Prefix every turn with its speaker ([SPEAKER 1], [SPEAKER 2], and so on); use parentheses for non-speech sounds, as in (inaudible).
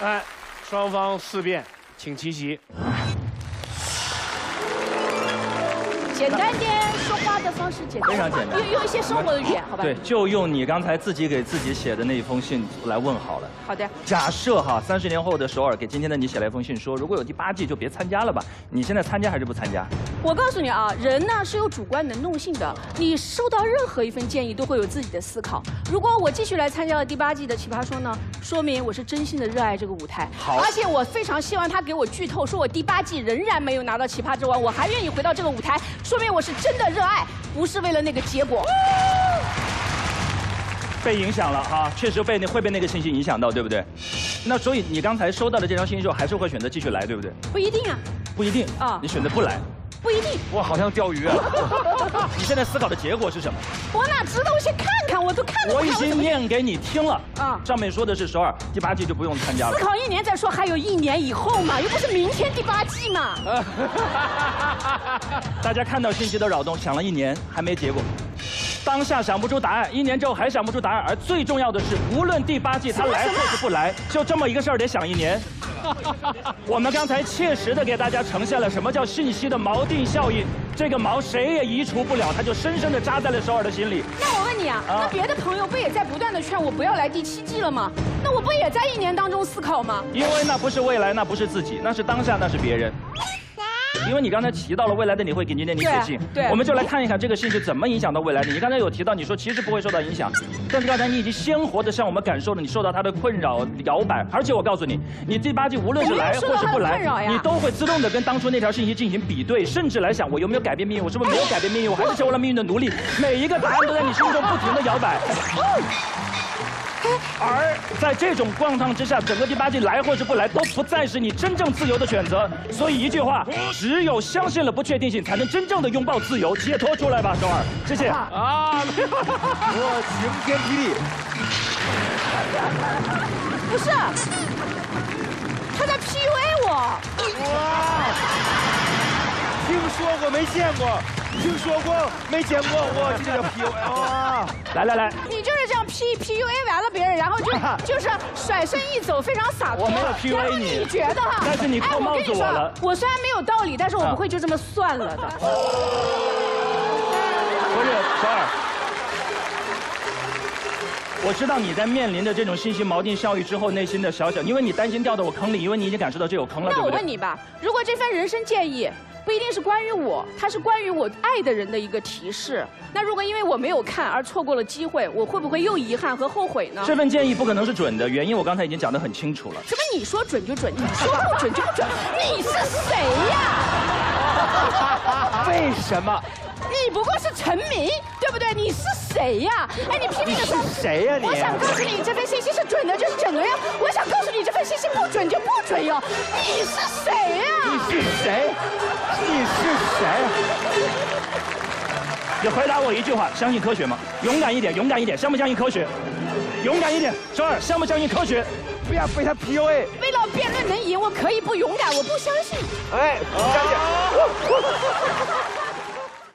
[SPEAKER 1] 哎，双方四辩，请齐席。
[SPEAKER 2] 简单点，说话的方式简单，
[SPEAKER 3] 非常简单
[SPEAKER 2] 用用一些生活的语言，好吧？
[SPEAKER 3] 对，，就用你刚才自己给自己写的那一封信来问好了。
[SPEAKER 2] 好的。
[SPEAKER 3] 假设哈，三十年后的首尔给今天的你写了一封信说，如果有第八季就别参加了吧。你现在参加还是不参加？
[SPEAKER 2] 我告诉你啊，人呢是有主观能动性的，你收到任何一份建议都会有自己的思考。如果我继续来参加了第八季的《奇葩说》呢，说明我是真心的热爱这个舞台，
[SPEAKER 3] 好
[SPEAKER 2] 而且我非常希望他给我剧透，说我第八季仍然没有拿到奇葩之王，我还愿意回到这个舞台，说明我是真的热爱，不是为了那个结
[SPEAKER 3] (laughs)
[SPEAKER 2] 果。
[SPEAKER 3] 被影响了哈，确实被那会被那个信息影响到，对不对？那所以你刚才收到了这条信息之后，还是会选择继续来，对不对？
[SPEAKER 2] 不一定啊，
[SPEAKER 3] 不一定
[SPEAKER 2] 啊
[SPEAKER 3] 你选择不来。
[SPEAKER 2] 不一定， (laughs)
[SPEAKER 3] 哇，好像钓鱼啊！ (laughs) 你现在思考的结果是什么？
[SPEAKER 2] 我哪知道？我先看看，我都看了，
[SPEAKER 3] 我已
[SPEAKER 2] 看
[SPEAKER 3] 经
[SPEAKER 2] 怎么
[SPEAKER 3] 念给你听了
[SPEAKER 2] 啊
[SPEAKER 3] 上面说的是首尔第八季就不用参加了
[SPEAKER 2] 思。考一年再说，还有一年以后嘛，又不是明天第八季嘛。
[SPEAKER 3] (laughs) 大家看到信息的扰动，想了一年还没结果。当下想不出答案，一年之后还想不出答案，而最重要的是，无论第八季他来或是不来，就这么一个事儿得想一年。 (laughs) 我们刚才切实的给大家呈现了什么叫信息的锚定效应，这个锚谁也移除不了，它就深深的扎在了首尔的心里。
[SPEAKER 2] 那我问你啊，那别的朋友不也在不断的劝我不要来第七季了吗？那我不也在一年当中思考吗？
[SPEAKER 3] 因为那不是未来，那不是自己，那是当下，那是别人。因为你刚才提到了未来的你会给今天你写信，
[SPEAKER 2] 对对
[SPEAKER 3] 我们就来看一看这个信是怎么影响到未来的。你刚才有提到，你说其实不会受到影响，但是刚才你已经鲜活的向我们感受了你受到它的困扰、摇摆，而且我告诉你，你第八季无论是来
[SPEAKER 2] 我没有哎受
[SPEAKER 3] 或
[SPEAKER 2] 到
[SPEAKER 3] 是不
[SPEAKER 2] 它的困扰
[SPEAKER 3] 来，
[SPEAKER 2] 呀
[SPEAKER 3] 你都会自动的跟当初那条信息进行比对，甚至来想我有没有改变命运，我是不是没有改变命运，我还
[SPEAKER 2] 哎
[SPEAKER 3] 是成为了命运的奴隶，每一个答案都在你心中不停的摇摆。
[SPEAKER 2] 哎
[SPEAKER 3] 而在这种逛荡之下，整个第八季来或是不来，都不再是你真正自由的选择。所以一句话，只有相信了不确定性，才能真正的拥抱自由，解脱出来吧，首尔。谢谢。啊，没有。
[SPEAKER 4] 我晴天霹雳，
[SPEAKER 2] 不是，他在 PUA 我，
[SPEAKER 4] 听说过没见过，听说过没见过，我这叫 PUA 啊！
[SPEAKER 3] 来来来，
[SPEAKER 2] 你就是这样 P PUA 完了别人，然后就就是甩身一走，非常洒脱。
[SPEAKER 3] 我没有 PUA
[SPEAKER 2] 然后你
[SPEAKER 3] 你
[SPEAKER 2] 觉得哈？
[SPEAKER 3] 但是你扣
[SPEAKER 2] 哎我跟
[SPEAKER 3] 帽
[SPEAKER 2] 你
[SPEAKER 3] 子
[SPEAKER 2] 说
[SPEAKER 3] 我
[SPEAKER 2] 啊
[SPEAKER 3] 了，啊
[SPEAKER 2] 我虽然没有道理，但是我不会就这么算了的。
[SPEAKER 3] 不是首尔。我知道你在面临着这种信息锚定效应之后，内心的小小，因为你担心掉到我坑里，因为你已经感受到这有坑了，
[SPEAKER 2] 那
[SPEAKER 3] 对
[SPEAKER 2] 我
[SPEAKER 3] 不对
[SPEAKER 2] 问？你吧，如果这份人生建议不一定是关于我，它是关于我爱的人的一个提示，那如果因为我没有看而错过了机会，我会不会又遗憾和后悔呢？
[SPEAKER 3] 这份建议不可能是准的，原因我刚才已经讲得很清楚了。
[SPEAKER 2] 什么？你说准就准，你说不准就不准，你是谁呀？
[SPEAKER 3] 为什么？
[SPEAKER 2] 你不过是臣民，对不对？你是谁呀？哎，你拼命的说
[SPEAKER 4] 你是谁呀你啊
[SPEAKER 2] 我想告诉你，这份信息是准的，就是准的呀。我想告诉你，这份信息不准就不准哟。你是谁
[SPEAKER 4] 你
[SPEAKER 2] 呀？
[SPEAKER 4] 是谁？你是谁？
[SPEAKER 3] 你回答我一句话：相信科学吗？勇敢一点，勇敢一点，相不相信科学？勇敢一点，首尔，相不相信科学？
[SPEAKER 4] 哎不要被他 PUA！
[SPEAKER 2] 为了辩
[SPEAKER 4] 哎
[SPEAKER 2] 论能赢，我可以不勇敢，我不相信。
[SPEAKER 4] 哎，相信。